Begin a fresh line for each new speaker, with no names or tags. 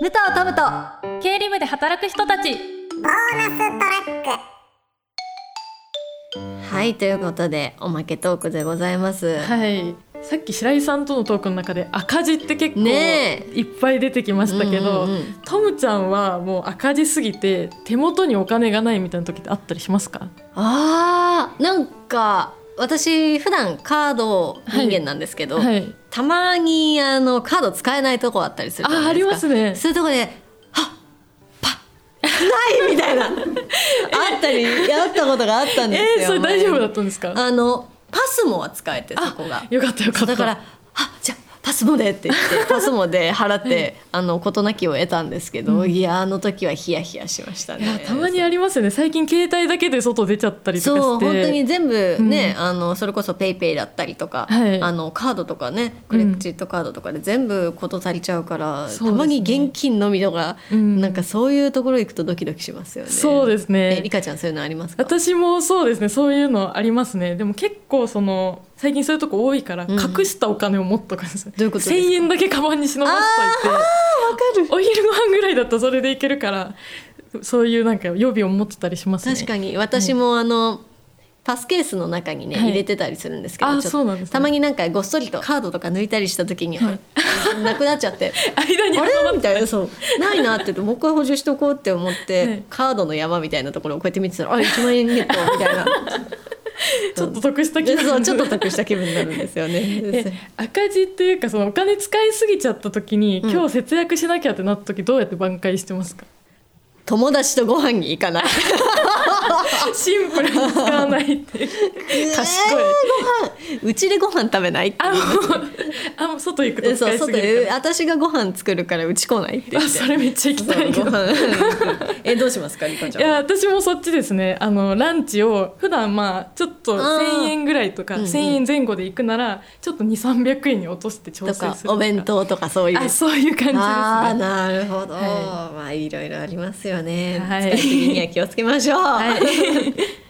武藤トムと
経理部で働く人たち
ボーナストラック
はいということでおまけトークでございます
はいさっき白井さんとのトークの中で赤字って結構
ね
いっぱい出てきましたけど、
うんうんうん
トムちゃんはもう赤字すぎて手元にお金がないみたいな時ってあったりしますか
あーなんか私普段カード人間なんですけど、
はい
たまにあのカード使えないとこあったりするじゃ
あ
な
あ
いで
り
すか
ますね
そういうとこで「はっパッない!」みたい なあったりあったことがあったんですよ
えー、それ大丈夫だ
前
ったんですか
あのパスモは使えてそこが
よかったよかった
だから「あじゃあパスモで」って言 ってパスモで払ってあの事なきを得たんですけど、いやあの時はヒヤヒヤしました
いや
ね。
たまにありますよね最近携帯だけで外出ちゃったりとかして
そう本当に全部ね、あのそれこそペイペイだったりとか、
はい
あのカードとかねクレジットカードとかで全部事足りちゃうから、
そうですね
たまに現金のみとか、
うん
なんかそういうところ行くとドキドキしますよね。
そうですね
えリカちゃんそういうのありますか？
私もそうですねそういうのありますねでも結構その最近そういうとこ多いから
ん
隠したお金を持っとくんですよ、
どういうことですか
1000円だけカバンに忍ばしといてお昼ご飯ぐらいだったらそれでいけるからそういうなんか予備を持ってたりしますね
確かに私もあの、パスケースの中にね、
はい
入れてたりするんですけど
あ
ちょっと
そうなんですね
たまになんかごっそりとカードとか抜いたりした時に、あなくなっちゃ って
間に挟
あ
ま
れ
って
みたいなそうないなって言ってもう一回補充しておこうって思って、
はい
カードの山みたいなところをこうやって見てたらあ1万円ゲットみたいな
ちょっと得した気
で
分
そうちょっと得した気分になるんですよ
え
ね。
赤字っていうかそのお金使いすぎちゃった時に、
ん
今日節約しなきゃってなった時どうやって挽回してますか
友達とご飯に行かない
シンプルに使わないっていう 賢い、
うちでご飯食べないって
あもうあもう外行くと
そ
使
う
いす
外
ぎる
で
か
私がご飯作るからうち来ないって言
らあ
って
それめっちゃ行きたいけ
そうご
ど
飯 えどうしますかリカち
い
ゃんは
や私もそっちですねあのランチを普段まあちょっと
あー
1,000円ぐらいとか、
うんうん
1,000円前後で行くならちょっと2300円に落として調整
と
する
かお弁当とかそういう
あそういう感じですね
あーなるほど、
はい
まあいろいろありますよね、
はい
使いすぎには気をつけましょう、
はい